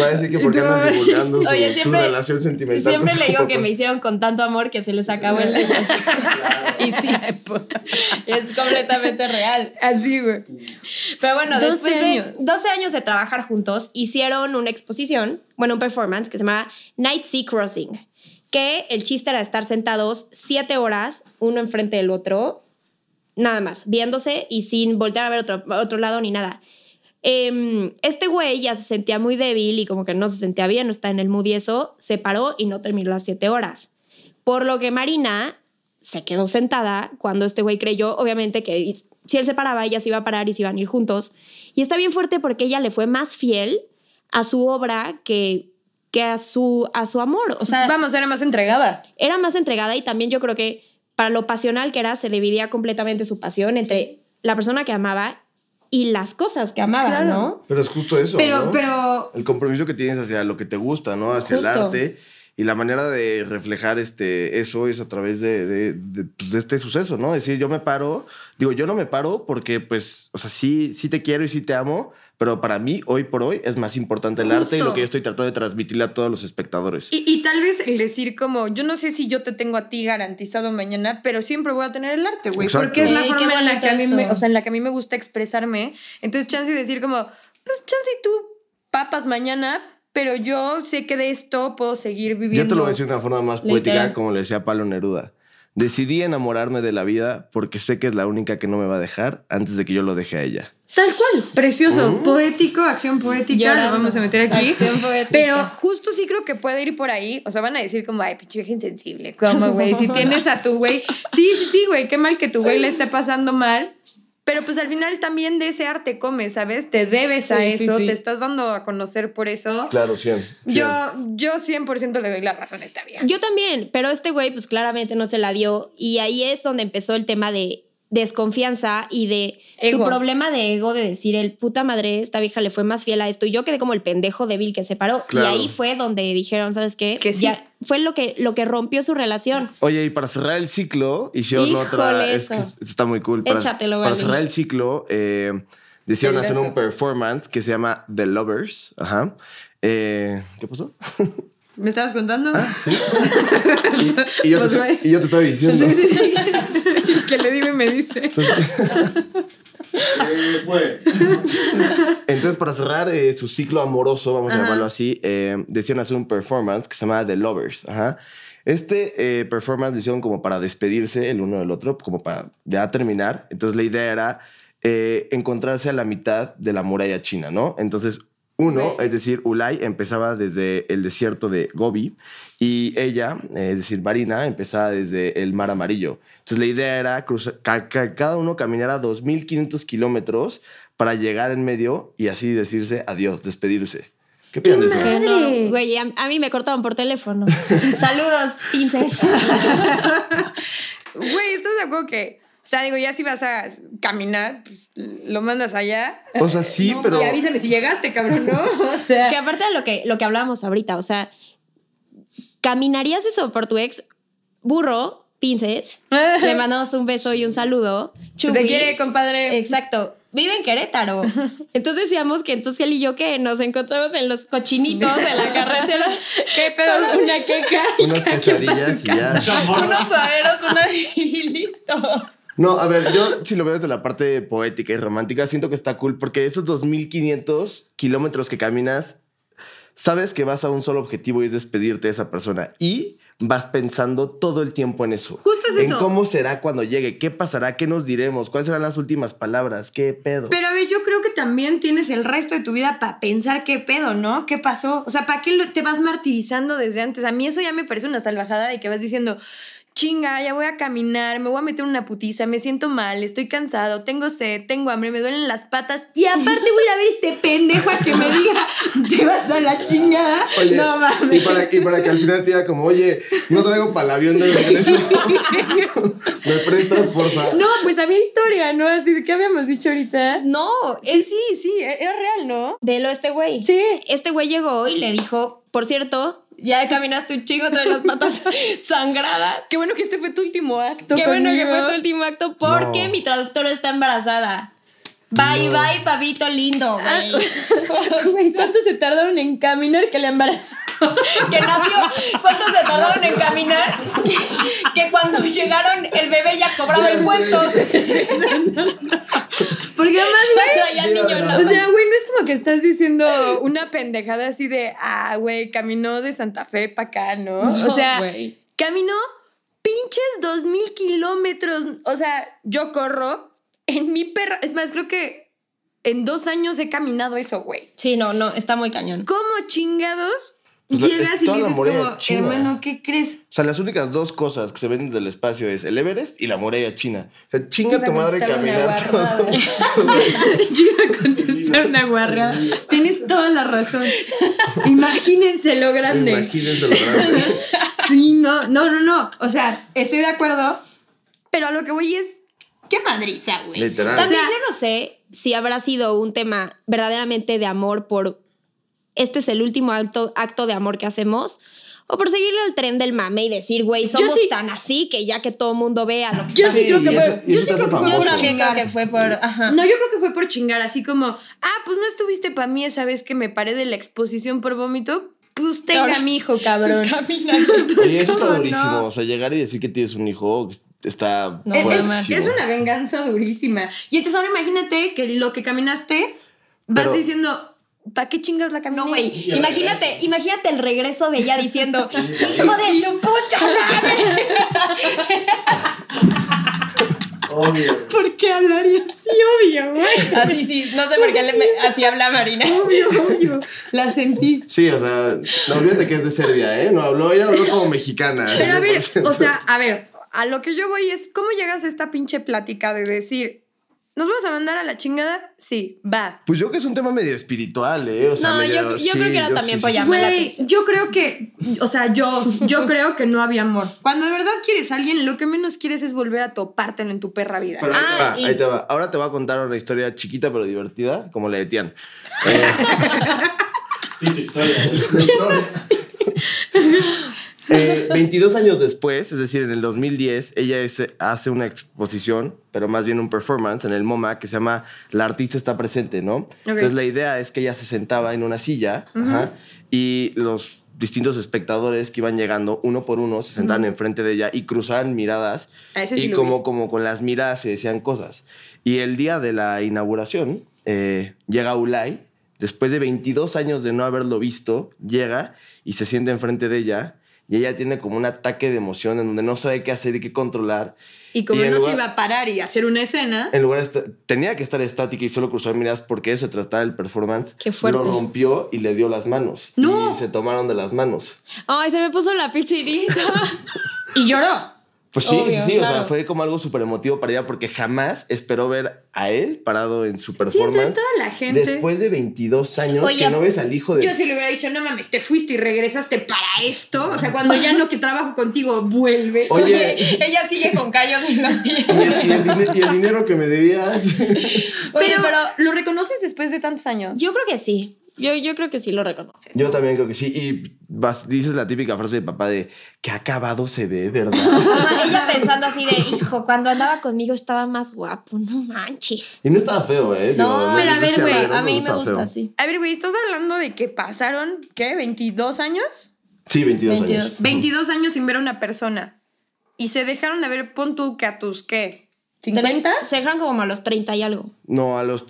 Speaker 1: Va a decir que porque andas divulgando su,
Speaker 2: Oye,
Speaker 1: su
Speaker 2: siempre-
Speaker 1: relación sentimental.
Speaker 2: Siempre
Speaker 1: con
Speaker 2: le
Speaker 1: tu
Speaker 2: digo que
Speaker 1: papá.
Speaker 2: me hicieron con tanto amor que se les acabó el negocio. Y sí, es completamente real.
Speaker 3: Así, güey.
Speaker 2: Pero bueno,
Speaker 3: 12
Speaker 2: después de
Speaker 3: años.
Speaker 2: 12 años de trabajar juntos, hicieron una exposición, bueno, un performance que se llama Night Sea Crossing, que el chiste era estar sentados siete horas, uno enfrente del otro, nada más, viéndose y sin voltear a ver otro, otro lado ni nada. Em, este güey ya se sentía muy débil y como que no se sentía bien, no está en el mood y eso, se paró y no terminó las siete horas. Por lo que Marina se quedó sentada cuando este güey creyó, obviamente, que si él se paraba, ella se iba a parar y se iban a ir juntos. Y está bien fuerte porque ella le fue más fiel a su obra que, que a, su, a su amor. O sea,
Speaker 3: Vamos, era más entregada.
Speaker 2: era más entregada y también yo creo que para lo pasional que era, se dividía completamente su pasión entre la persona que amaba y las cosas que amaba,
Speaker 3: Claro.
Speaker 2: ¿no?
Speaker 1: Pero es justo eso.
Speaker 3: Pero,
Speaker 1: ¿no?
Speaker 3: pero.
Speaker 1: El compromiso que tienes hacia lo que te gusta, ¿no? Hacia el
Speaker 2: Justo.
Speaker 1: arte. Y la manera de reflejar este, eso es a través de, de- de, pues, de este suceso, ¿no? Es decir, yo me paro, digo, yo no me paro porque, pues, o sea, sí, sí te quiero y sí te amo, pero para mí, hoy por hoy, es más importante el arte y
Speaker 3: Justo.
Speaker 1: lo que yo estoy tratando de transmitirle a todos los espectadores.
Speaker 3: Y, y tal vez el decir como, yo no sé si yo te tengo a ti garantizado mañana, pero siempre voy a tener el arte, güey.
Speaker 1: Exacto.
Speaker 3: Porque es la
Speaker 2: Ey, qué
Speaker 3: forma en la que a mí
Speaker 2: bonito
Speaker 3: me,
Speaker 2: eso.
Speaker 3: o sea, en la que a mí me gusta expresarme. Entonces, chance y decir como, pues chance y tú papas mañana, pero yo sé que de esto puedo seguir viviendo.
Speaker 1: Yo te lo voy a decir de una forma más poética,
Speaker 5: Literal.
Speaker 1: como le decía Pablo Neruda. Decidí enamorarme de la vida porque sé que es la única que no me va a dejar antes de que yo lo deje a ella.
Speaker 3: Tal cual, precioso, poético, acción poética,
Speaker 5: Llorando.
Speaker 3: lo vamos a meter aquí.
Speaker 5: Acción poética.
Speaker 3: Pero justo sí creo que puede ir por ahí. O sea, van a decir como, ay, pinche vieja insensible. Como, güey, si tienes a tu güey. Sí, sí, sí, güey, qué mal que tu güey le esté pasando mal. Pero pues al final también de ese arte comes, ¿sabes? Te debes a
Speaker 5: Sí, sí,
Speaker 3: eso,
Speaker 5: sí.
Speaker 3: te estás dando a conocer por eso.
Speaker 1: Claro, 100.
Speaker 3: Yo, yo 100% le doy la razón a esta vieja.
Speaker 2: Yo también, pero este güey pues claramente no se la dio y ahí es donde empezó el tema de desconfianza y de
Speaker 3: Ego.
Speaker 2: su problema de ego de decir el puta madre, esta vieja le fue más fiel a esto y yo quedé como el pendejo débil que se paró
Speaker 1: Claro.
Speaker 2: y ahí fue donde dijeron, ¿sabes qué?
Speaker 3: Que sí.
Speaker 2: Ya fue lo que, lo que rompió su relación.
Speaker 1: Oye, y para cerrar el ciclo, hicieron
Speaker 2: Híjole,
Speaker 1: otra. Es
Speaker 2: eso.
Speaker 1: que esto está muy cool. Para,
Speaker 2: Échatelo,
Speaker 1: para
Speaker 2: Vali.
Speaker 1: cerrar el ciclo, eh, decidieron
Speaker 3: Del
Speaker 1: hacer
Speaker 3: reto.
Speaker 1: un performance que se llama The Lovers. Ajá. Eh, ¿Qué pasó? Ah,
Speaker 3: ¿Me estabas contando?
Speaker 1: Sí. y, y yo
Speaker 3: Pues,
Speaker 1: te,
Speaker 3: güey.
Speaker 1: y yo te estaba diciendo.
Speaker 3: Sí, sí, sí. que le digo y me dice.
Speaker 4: Eh, fue.
Speaker 1: Entonces, para cerrar eh, su ciclo amoroso, vamos
Speaker 3: Ajá.
Speaker 1: a llamarlo así, eh, decían hacer un performance que se llamaba The Lovers. Ajá. Este eh, performance lo hicieron como para despedirse el uno del otro, como para ya terminar. Entonces, la idea era eh, encontrarse a la mitad de la muralla china, ¿no? Entonces, uno, es decir, Ulay empezaba desde el desierto de Gobi y ella, eh, es decir, Marina, empezaba desde el mar amarillo. Entonces la idea era cruzar, ca- ca- cada uno caminara 2.500 kilómetros para llegar en medio y así decirse adiós, despedirse. ¿Qué opinan de eso?
Speaker 2: Que no,
Speaker 3: Madre.
Speaker 2: güey, a, a mí me cortaban por teléfono. Saludos, pinces.
Speaker 3: Güey, ¿estás de acuerdo que O sea, digo, ya si vas a caminar, pues, lo mandas allá.
Speaker 1: O sea, sí,
Speaker 3: No,
Speaker 1: pero.
Speaker 3: Y avísame si llegaste, cabrón, ¿no? O sea.
Speaker 2: Que aparte de lo que, lo que hablábamos ahorita, o sea, ¿caminarías eso por tu ex? Burro, Pinces, le mandamos un beso y un saludo.
Speaker 3: Te
Speaker 2: Chuy.
Speaker 3: quiere, compadre.
Speaker 2: Exacto. Vive en Querétaro. Entonces decíamos que entonces él y yo que nos encontramos en los cochinitos de la carretera.
Speaker 3: ¿Qué pedo? Una queca. y
Speaker 1: Unas
Speaker 3: cada quien para
Speaker 1: quesadillas
Speaker 3: su
Speaker 1: y ya.
Speaker 3: casa. Unos suaderos, una. y listo.
Speaker 1: No, a ver, yo si lo veo desde la parte poética y romántica, siento que está cool porque esos 2500 kilómetros que caminas, sabes que vas a un solo objetivo y es despedirte de esa persona y vas pensando todo el tiempo en eso.
Speaker 3: Justo es
Speaker 1: en
Speaker 3: eso.
Speaker 1: cómo será cuando llegue, qué pasará, qué nos diremos, cuáles serán las últimas palabras, qué pedo.
Speaker 3: Pero a ver, yo creo que también tienes el resto de tu vida para pensar qué pedo, ¿no? ¿Qué pasó? O sea, ¿para qué lo- te vas martirizando desde antes? A mí eso ya me parece una salvajada de que vas diciendo, chinga, ya voy a caminar, me voy a meter una putiza, me siento mal, estoy cansado, tengo sed, tengo hambre, me duelen las patas y aparte voy a ir a ver este pendejo a que me diga, te vas a la chingada.
Speaker 1: Oye,
Speaker 3: no
Speaker 1: Y
Speaker 3: mames.
Speaker 1: para, y para que al final te diga como, oye, no traigo para el avión de regreso. ¿Me prestas, porfa?
Speaker 3: No, pues había historia, ¿no? Así de que habíamos dicho ahorita.
Speaker 2: No,
Speaker 3: Sí,
Speaker 2: es
Speaker 3: sí, sí, e-, era real, ¿no?
Speaker 2: de lo este güey.
Speaker 3: Sí.
Speaker 2: Este güey llegó y le dijo, por cierto, ya caminaste un chingo, trae las patas sangradas.
Speaker 3: Qué bueno que este fue tu último acto.
Speaker 2: Qué bueno que
Speaker 3: conmigo.
Speaker 2: fue tu último acto porque
Speaker 1: No.
Speaker 2: mi traductora está embarazada. Bye,
Speaker 1: No.
Speaker 2: bye, papito lindo, güey.
Speaker 3: Ah, Güey, ¿cuánto se tardaron en caminar que le embarazó?
Speaker 2: que nació. ¿Cuánto se tardaron en caminar? Que, que cuando llegaron el bebé ya cobraba impuestos.
Speaker 3: Porque además,
Speaker 2: Ya
Speaker 3: güey.
Speaker 2: traía al niño en la
Speaker 3: O sea, güey, no es como que estás diciendo una pendejada así de, ah, güey, caminó de Santa Fe para acá, ¿no?
Speaker 2: mano.
Speaker 3: o sea,
Speaker 2: güey.
Speaker 3: caminó pinches dos mil kilómetros. O sea, yo corro en mi perra. Es más, creo que en dos años he caminado eso, güey.
Speaker 2: Sí, no, no, está muy cañón.
Speaker 3: ¿Cómo chingados?
Speaker 1: Pues la-
Speaker 3: Llegas y
Speaker 1: toda la
Speaker 3: dices
Speaker 1: morena
Speaker 3: como,
Speaker 1: china.
Speaker 3: hermano, ¿qué crees?
Speaker 1: O sea, las únicas dos cosas que se ven del espacio es el Everest y la muralla china. O sea, chinga
Speaker 3: Iba a
Speaker 1: tu madre
Speaker 3: contestar una
Speaker 1: caminar
Speaker 3: guarrada.
Speaker 1: todo.
Speaker 3: Yo iba a contestar una guarrada. Tienes toda la razón. Imagínense lo grande.
Speaker 1: Imagínense lo grande.
Speaker 3: Sí, no, no, no, no. O sea, estoy de acuerdo, pero a lo que voy es. ¡Qué madriza, güey!
Speaker 1: Literal.
Speaker 2: También
Speaker 3: O sea-
Speaker 2: yo no sé si habrá sido un tema verdaderamente de amor por este es el último acto, acto de amor que hacemos o por seguirle el tren del mame y decir, güey, somos
Speaker 3: sí-
Speaker 2: tan así que ya que todo mundo vea lo que
Speaker 3: Yo
Speaker 2: está
Speaker 3: sí creo que
Speaker 1: y
Speaker 3: fue-
Speaker 1: eso- y
Speaker 3: yo
Speaker 1: eso te
Speaker 3: sí creo
Speaker 1: hace
Speaker 3: que fue
Speaker 1: famoso.
Speaker 3: una
Speaker 2: Yo creo que fue por. Ajá.
Speaker 3: No, yo creo que fue por chingar, así como, ah, pues no estuviste para mí esa vez que me paré de la exposición por vómito. Pues tenga
Speaker 2: Ahora-
Speaker 3: a mi hijo, cabrón.
Speaker 1: Oye, eso está
Speaker 3: ¿Cómo no?
Speaker 1: durísimo. O sea, llegar y decir que tienes un hijo que está
Speaker 2: No,
Speaker 3: Es-
Speaker 2: Pues,
Speaker 3: es,
Speaker 1: fuertísimo.
Speaker 3: es una venganza durísima. Y entonces ahora imagínate que lo que caminaste, vas
Speaker 1: Pero-
Speaker 3: diciendo, ¿para qué chingas la caminé?
Speaker 2: No, güey.
Speaker 4: Y el
Speaker 2: Imagínate,
Speaker 4: regreso.
Speaker 2: imagínate el regreso de ella diciendo, hijo de su puta madre.
Speaker 4: Obvio.
Speaker 3: ¿Por qué hablaría así, obvio, güey?
Speaker 2: Así Ah, sí, no sé por qué le- me- así habla Marina.
Speaker 3: Obvio, obvio. La sentí.
Speaker 1: Sí, o sea, no olvídate que es de Serbia, ¿eh? No habló, ella habló como mexicana.
Speaker 3: Pero a ver,
Speaker 1: 100%.
Speaker 3: o sea, a ver, a lo que yo voy es, ¿cómo llegas a esta pinche plática de decir, ¿nos vamos a mandar a la chingada? Sí, va.
Speaker 1: Pues yo creo que es un tema medio espiritual, ¿eh? O sea,
Speaker 2: No,
Speaker 1: medio-
Speaker 2: yo- yo creo que era
Speaker 1: yo
Speaker 2: también por llamar. la
Speaker 3: Güey,
Speaker 2: atención.
Speaker 3: yo creo que, o sea, yo, yo creo que no había amor. Cuando de verdad quieres a alguien, lo que menos quieres es volver a topártelo en tu perra vida.
Speaker 1: Pero ahí,
Speaker 2: Ah,
Speaker 1: te va,
Speaker 2: y-
Speaker 1: ahí te va. Ahora te voy a contar una historia chiquita pero divertida, como la de Tian. Eh,
Speaker 4: Sí, su historia.
Speaker 1: Eh, 22 años después, es decir, en el 2010, ella es- hace una exposición, pero más bien un performance en el MoMA que se llama La artista está presente, ¿no? Entonces la idea es que ella se sentaba en una silla ajá, y los distintos espectadores que iban llegando uno por uno se sentaban enfrente de ella y cruzaban miradas
Speaker 3: A ese sí
Speaker 1: y
Speaker 3: lo
Speaker 1: como, como con las miradas se decían cosas. Y el día de la inauguración eh, llega Ulay, después de 22 años de no haberlo visto, llega y se siente enfrente de ella. Y ella tiene como un ataque de emoción en donde no sabe qué hacer y qué controlar.
Speaker 3: Y como
Speaker 1: Y en
Speaker 3: no se
Speaker 1: lugar-
Speaker 3: iba a parar y hacer una escena,
Speaker 1: En lugar de esta- tenía que estar estática y solo cruzar miradas porque eso se trataba del performance.
Speaker 2: Qué fuerte.
Speaker 1: Lo rompió y le dio las manos.
Speaker 3: ¡No!
Speaker 1: Y se tomaron de las manos.
Speaker 2: Ay, se me puso la pichirita.
Speaker 3: y lloró.
Speaker 1: Pues sí,
Speaker 2: Obvio,
Speaker 1: sí, sí. O sea,
Speaker 2: claro.
Speaker 1: fue como algo súper emotivo para ella porque jamás esperó ver a él parado en su
Speaker 3: Sí, entre
Speaker 1: performance.
Speaker 3: toda la gente.
Speaker 1: Después de 22 años
Speaker 2: Oye,
Speaker 1: que no ves al hijo de...
Speaker 3: Yo sí le hubiera dicho, no mames, te fuiste y regresaste para esto. O sea, cuando ya no que trabajo contigo, vuelve.
Speaker 1: Oye,
Speaker 2: Ella sigue con callos en los pies.
Speaker 1: y el, y el dine- y el dinero que me debías.
Speaker 2: Oye,
Speaker 3: Pero,
Speaker 2: pero
Speaker 3: lo reconoces después de tantos años.
Speaker 2: yo creo que sí. Yo, yo creo que sí lo reconoces.
Speaker 1: Yo también creo que sí. Y vas- dices la típica frase de papá de que acabado se ve, ¿verdad?
Speaker 2: Ajá, ella pensando así de, hijo, cuando andaba conmigo estaba más guapo, no manches.
Speaker 1: Y no estaba feo, ¿eh? Digo,
Speaker 2: No, pero a
Speaker 1: yo
Speaker 2: ver,
Speaker 1: sí
Speaker 2: güey,
Speaker 1: Madero
Speaker 2: a mí me
Speaker 1: gustaba
Speaker 2: gusta
Speaker 1: feo.
Speaker 2: así.
Speaker 3: A ver, güey, estás hablando de que pasaron, ¿qué? ¿22 años?
Speaker 1: Sí, 22,
Speaker 2: 22.
Speaker 1: años.
Speaker 3: 22 años sin ver a una persona. Y se dejaron de ver, pon tú que a tus, ¿qué? ¿50?
Speaker 2: Se dejaron como a los 30 y algo.
Speaker 1: No, a los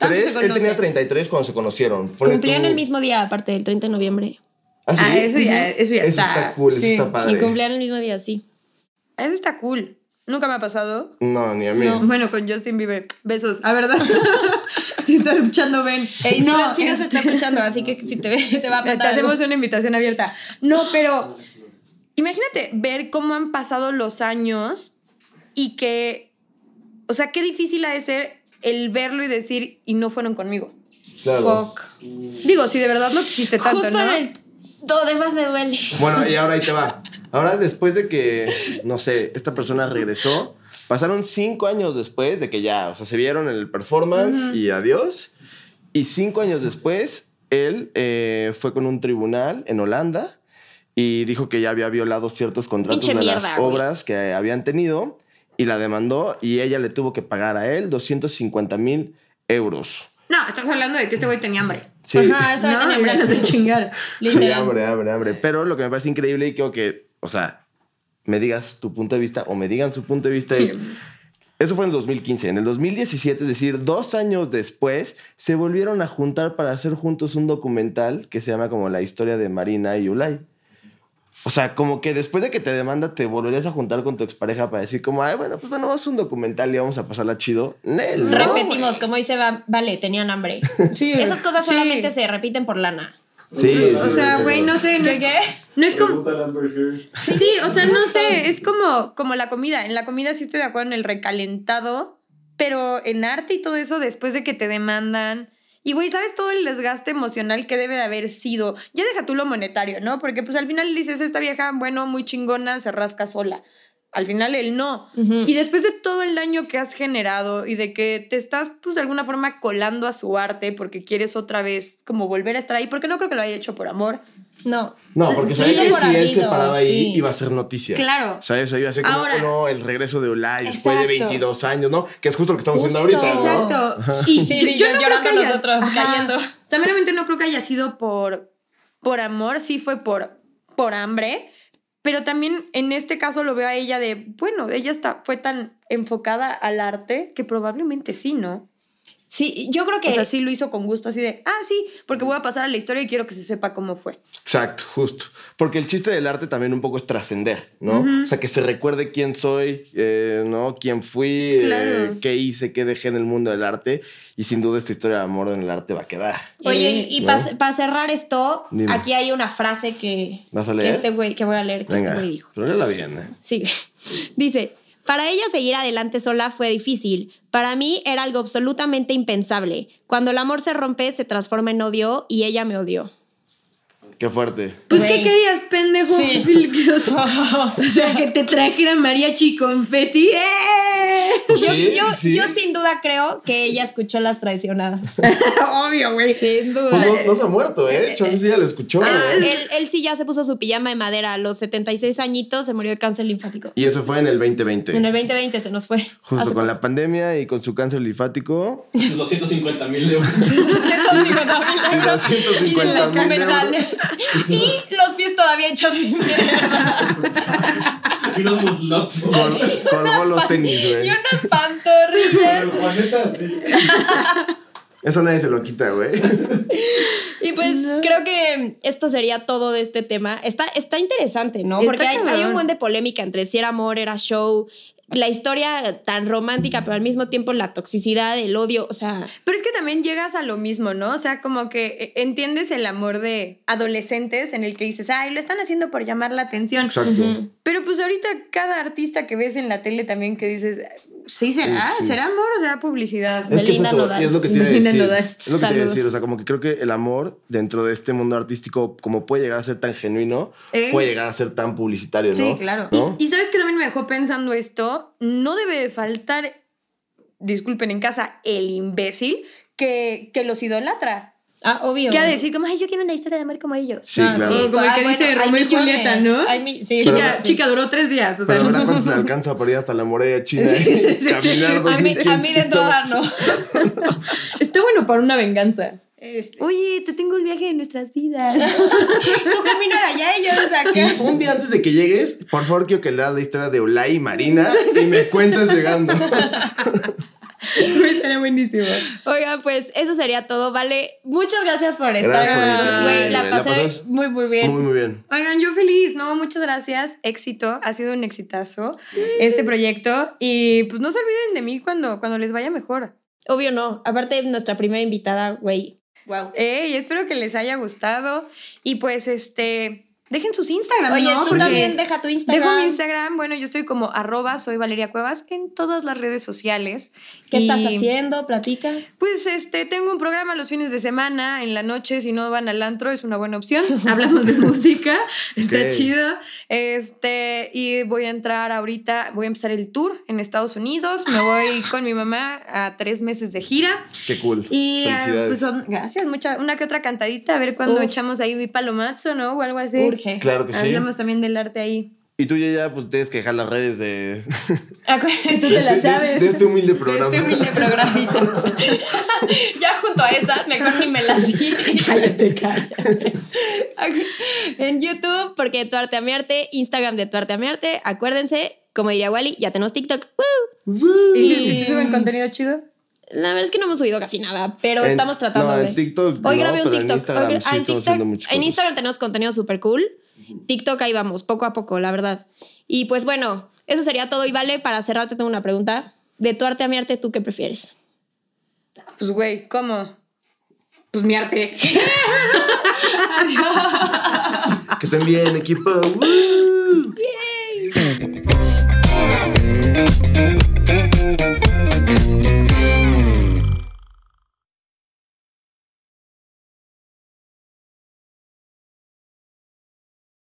Speaker 3: ¿Cuándo
Speaker 1: 33.
Speaker 3: se
Speaker 1: Él
Speaker 3: conocen?
Speaker 1: tenía 33 cuando se conocieron. Ponle
Speaker 2: Cumplían
Speaker 1: tú-
Speaker 2: el mismo día, aparte del 30 de noviembre.
Speaker 1: ¿Ah, sí?
Speaker 3: Ah, eso ya, eso ya
Speaker 1: Eso
Speaker 3: está.
Speaker 1: está cool, eso
Speaker 3: Sí.
Speaker 1: está padre.
Speaker 2: Y cumplían el mismo día, sí.
Speaker 3: Eso está cool. Nunca me ha pasado.
Speaker 1: No, ni a mí.
Speaker 2: No.
Speaker 3: Bueno, con Justin Bieber. Besos. A verdad. si estás escuchando, ven.
Speaker 2: Ey, sí, sí nos
Speaker 3: este-
Speaker 2: está escuchando, así que si te ve, te va a
Speaker 3: Eh, Te
Speaker 2: apuntar algo.
Speaker 3: hacemos una invitación abierta. No, pero imagínate ver cómo han pasado los años y que, o sea, qué difícil ha de ser el verlo y decir, y no fueron conmigo.
Speaker 1: Claro.
Speaker 2: Fuck.
Speaker 3: Digo, si de verdad lo quisiste tanto,
Speaker 2: Justo
Speaker 3: ¿no?
Speaker 2: en el... Todo demás me duele.
Speaker 1: Bueno, y ahora ahí te va. Ahora, después de que, no sé, esta persona regresó, pasaron cinco años después de que ya, o sea, se vieron en el performance y adiós. Y cinco años después, él eh, fue con un tribunal en Holanda y dijo que ya había violado ciertos contratos
Speaker 2: Pinche
Speaker 1: de las
Speaker 2: mierda, güey.
Speaker 1: obras que habían tenido y la demandó y ella le tuvo que pagar a él 250 mil euros.
Speaker 3: No, estás hablando de que este güey tenía hambre.
Speaker 1: Sí.
Speaker 3: Ah,
Speaker 2: Ajá, eso va a
Speaker 3: No,
Speaker 2: tener
Speaker 3: ganas de
Speaker 2: Brexit,
Speaker 3: chingar.
Speaker 1: Sí,
Speaker 2: literal.
Speaker 1: hambre, hambre, hambre. Pero lo que me parece increíble y creo que, o sea, me digas tu punto de vista o me digan su punto de vista es. Eso fue en el 2015. En el 2017, es decir, dos años después, se volvieron a juntar para hacer juntos un documental que se llama como La historia de Marina y Ulay. O sea, como que después de que te demanda, te volverías a juntar con tu expareja para decir, como, ay, bueno, pues bueno, vamos a un documental y vamos a pasarla chido. Nel, ¿no?
Speaker 2: Repetimos, como dice, Va- vale, tenían hambre.
Speaker 3: Sí.
Speaker 2: Esas cosas
Speaker 3: Sí.
Speaker 2: solamente se repiten por lana.
Speaker 1: Sí.
Speaker 3: O sea, güey, no sé. No es,
Speaker 2: ¿Qué?
Speaker 3: no es como.
Speaker 4: Pregunta al Amber Heard.
Speaker 3: Sí, o sea, no sé, es como, como la comida. En la comida sí estoy de acuerdo en el recalentado, pero en arte y todo eso, después de que te demandan. Y güey, ¿sabes todo el desgaste emocional que debe de haber sido? Ya deja tú lo monetario, ¿no? Porque pues al final dices, esta vieja, bueno, muy chingona, se rasca sola. Al final él no.
Speaker 2: Ujú.
Speaker 3: Y después de todo el daño que has generado y de que te estás, pues, de alguna forma colando a su arte porque quieres otra vez como volver a estar ahí, porque no creo que lo haya hecho por amor.
Speaker 2: No.
Speaker 1: No, porque
Speaker 2: Sí,
Speaker 1: sabía que
Speaker 2: por
Speaker 1: si él
Speaker 2: ardido,
Speaker 1: se paraba ahí,
Speaker 2: sí.
Speaker 1: iba a ser noticia.
Speaker 3: Claro.
Speaker 1: O sea, eso iba a ser como
Speaker 3: Ahora.
Speaker 1: no, el regreso de Olay después de
Speaker 3: Exacto.
Speaker 1: 22 años, ¿no? Que es justo lo que estamos haciendo
Speaker 2: Justo.
Speaker 1: ahorita. ¿no?
Speaker 2: Exacto.
Speaker 3: Y
Speaker 2: Sí, sí, yo
Speaker 3: creo
Speaker 2: llorando
Speaker 3: que haya-
Speaker 2: nosotros, cayendo.
Speaker 3: O sea, meramente no creo que haya sido por, por amor, sí fue por, por hambre. Pero también en este caso lo veo a ella de, bueno, ella está, fue tan enfocada al arte que probablemente sí, ¿no?
Speaker 2: Sí, yo creo que.
Speaker 3: O sea, sí lo hizo con gusto, así de, ah, sí, porque voy a pasar a la historia y quiero que se sepa cómo fue.
Speaker 1: Exacto, justo. Porque el chiste del arte también un poco es trascender, ¿no? O sea, que se recuerde quién soy, eh, ¿no? Quién fui, eh,
Speaker 3: Claro.
Speaker 1: qué hice, qué dejé en el mundo del arte. Y sin duda esta historia de amor en el arte va a quedar.
Speaker 2: Oye, y,
Speaker 1: Eh, ¿no?
Speaker 2: para cerrar esto,
Speaker 1: Dime.
Speaker 2: aquí hay una frase que.
Speaker 1: ¿Vas a leer?
Speaker 2: Que este güey, que voy a leer, que
Speaker 1: Venga,
Speaker 2: este güey dijo.
Speaker 1: pero léela bien, ¿eh?
Speaker 2: Sí. Dice, para ella seguir adelante sola fue difícil. Para mí era algo absolutamente impensable. Cuando el amor se rompe, se transforma en odio y ella me odió.
Speaker 1: Qué fuerte.
Speaker 3: Pues, ¿qué
Speaker 2: Güey.
Speaker 3: querías, pendejo?
Speaker 2: Sí.
Speaker 3: Sí, o sea, o sea, que te trajera mariachi confeti. ¡Eh!
Speaker 1: Pues
Speaker 2: yo,
Speaker 1: sí,
Speaker 2: yo-
Speaker 1: sí.
Speaker 2: yo sin duda creo que ella escuchó las traicionadas.
Speaker 1: Ah,
Speaker 3: Obvio, güey.
Speaker 2: sin
Speaker 1: Pues
Speaker 2: duda.
Speaker 1: no, no se ha muerto, ¿eh? Chance sí ya lo escuchó.
Speaker 2: Ah,
Speaker 1: ¿eh?
Speaker 2: él, él sí ya se puso su pijama de madera. A los 76 añitos se murió de cáncer linfático.
Speaker 1: Y eso fue en el 2020.
Speaker 2: En el 2020 se nos fue.
Speaker 1: Justo
Speaker 2: Hace
Speaker 1: con la pandemia y con su cáncer linfático.
Speaker 4: Sus 250 mil euros.
Speaker 1: Y 250
Speaker 2: Y,
Speaker 1: mil euros.
Speaker 2: y los pies todavía hechos
Speaker 4: Y unos muslotes.
Speaker 1: Col- colgó los tenis,
Speaker 2: Y
Speaker 1: güey.
Speaker 2: unas pantorrillas.
Speaker 4: Pero Juaneta, sí.
Speaker 1: Eso nadie se lo quita, güey.
Speaker 2: Y pues creo que esto sería todo de este tema. Está, está interesante, ¿no?
Speaker 3: Está
Speaker 2: Porque hay, hay
Speaker 3: cabrón.
Speaker 2: un buen de polémica entre si era amor, era show, la historia tan romántica, pero al mismo tiempo la toxicidad, el odio, o sea,
Speaker 3: Pero es que también llegas a lo mismo, ¿no? O sea, como que eh, entiendes el amor de adolescentes en el que dices, ay, lo están haciendo por llamar la atención.
Speaker 1: Exacto.
Speaker 2: Ujú.
Speaker 3: Pero pues ahorita cada artista que ves en la tele también que dices, sí, será,
Speaker 1: Sí, sí.
Speaker 3: será amor o será publicidad.
Speaker 1: Es que es
Speaker 2: Belinda
Speaker 1: eso,
Speaker 2: Nodal.
Speaker 1: y es lo que tiene que
Speaker 3: Belinda
Speaker 1: decir.
Speaker 3: Nodal.
Speaker 1: Es lo que te iba a
Speaker 2: Saludos.
Speaker 1: decir. O sea, como que creo que el amor dentro de este mundo artístico, como puede llegar a ser tan genuino,
Speaker 3: Eh.
Speaker 1: puede llegar a ser tan publicitario, ¿no?
Speaker 3: Sí, claro.
Speaker 1: ¿No?
Speaker 3: Y, y sabes que también me dejó pensando esto, no debe de faltar, disculpen en casa, el imbécil que, que los idolatra.
Speaker 2: ah, obvio.
Speaker 3: Que ha de decir como, ay, yo quiero una historia de amor como ellos.
Speaker 1: Sí,
Speaker 2: Ah,
Speaker 1: claro.
Speaker 3: sí. como el que dice
Speaker 2: hay
Speaker 3: Romeo y
Speaker 2: millones.
Speaker 3: Julieta, ¿no?
Speaker 2: Hay mi- sí,
Speaker 1: Pero-
Speaker 2: sí,
Speaker 3: Chica,
Speaker 2: sí.
Speaker 3: chica duró tres días, o sea,
Speaker 1: Pero ¿verdad
Speaker 3: no-
Speaker 1: cuánto se le alcanza para ir hasta la muralla china?
Speaker 3: Sí, sí, sí,
Speaker 1: eh?
Speaker 3: sí.
Speaker 1: Caminar dos
Speaker 2: A mí,
Speaker 1: mil
Speaker 2: a mí de todas no.
Speaker 3: está bueno para una venganza.
Speaker 2: Este,
Speaker 3: Oye, te tengo el viaje de nuestras vidas.
Speaker 2: tú camina de allá y yo de acá.
Speaker 1: Un día antes de que llegues, por favor quiero que leas la historia de Olay y Marina y me cuentas llegando.
Speaker 3: Güey, Estaría buenísimo.
Speaker 2: Oigan, pues eso sería todo, ¿vale? Muchas gracias por estar.
Speaker 1: Gracias por
Speaker 3: estar.
Speaker 2: Güey, la,
Speaker 1: La
Speaker 2: pasé
Speaker 1: pasas
Speaker 2: muy, muy bien.
Speaker 1: Muy, muy bien.
Speaker 3: Oigan, yo feliz, ¿no? Muchas gracias. Éxito. Ha sido un exitazo este proyecto. Y pues no se olviden de mí cuando, cuando les vaya mejor.
Speaker 2: Obvio no. Aparte, nuestra primera invitada, güey. Wow.
Speaker 3: Ey, espero que les haya gustado. Y pues, este, dejen sus Instagram,
Speaker 2: Oye,
Speaker 3: ¿no?
Speaker 2: tú
Speaker 3: Porque
Speaker 2: también deja tu Instagram.
Speaker 3: Dejo mi Instagram. Bueno, yo estoy como arroba soy Valeria Cuevas en todas las redes sociales.
Speaker 2: ¿Qué
Speaker 3: Y,
Speaker 2: estás haciendo? Platica.
Speaker 3: Pues este, tengo un programa los fines de semana, en la noche, si no van al antro, es una buena opción. Hablamos de música, está
Speaker 1: Ok.
Speaker 3: chido. Este, y voy a entrar ahorita, voy a empezar el tour en Estados Unidos. Me voy con mi mamá a tres meses de gira.
Speaker 1: Qué cool.
Speaker 3: Y ah,
Speaker 1: Felicidades.
Speaker 3: pues son, gracias, mucha, una que otra cantadita, a ver cuando
Speaker 2: Uf.
Speaker 3: echamos ahí mi palomazo, ¿no? O algo así.
Speaker 2: Urge.
Speaker 1: claro que sí.
Speaker 3: Hablamos también del arte ahí.
Speaker 1: Y tú ya, pues tienes que dejar las redes de,
Speaker 2: Acu- Ah, Tú te
Speaker 1: de-
Speaker 2: la
Speaker 1: de-
Speaker 2: sabes.
Speaker 1: de este humilde programa.
Speaker 2: Este humilde programita. ya junto a esa, mejor ni me la di. Cállate, cállate. en YouTube, porque tu arte a mi arte, Instagram de tu arte a mi arte, acuérdense, como diría Wally, ya tenemos TikTok. ¡Woo!
Speaker 3: ¿Y,
Speaker 2: Y-
Speaker 3: si- si suben contenido chido?
Speaker 2: La verdad es que no hemos subido casi nada, pero
Speaker 1: En-
Speaker 2: estamos tratando
Speaker 1: no,
Speaker 2: de.
Speaker 1: en TikTok
Speaker 2: Hoy
Speaker 1: no,
Speaker 2: grabé un
Speaker 1: pero en
Speaker 2: TikTok.
Speaker 1: Instagram
Speaker 2: Hoy gra-
Speaker 1: sí
Speaker 2: ah, en,
Speaker 1: estamos
Speaker 2: TikTok-
Speaker 1: haciendo muchas
Speaker 2: en
Speaker 1: cosas.
Speaker 2: Instagram tenemos contenido súper cool. TikTok ahí vamos, poco a poco, la verdad. Y pues bueno, eso sería todo. Y vale, para cerrarte tengo una pregunta. De tu arte a mi arte, ¿tú qué prefieres?
Speaker 3: Pues, güey, ¿cómo? Pues mi arte.
Speaker 1: Que estén bien, equipo. Woo.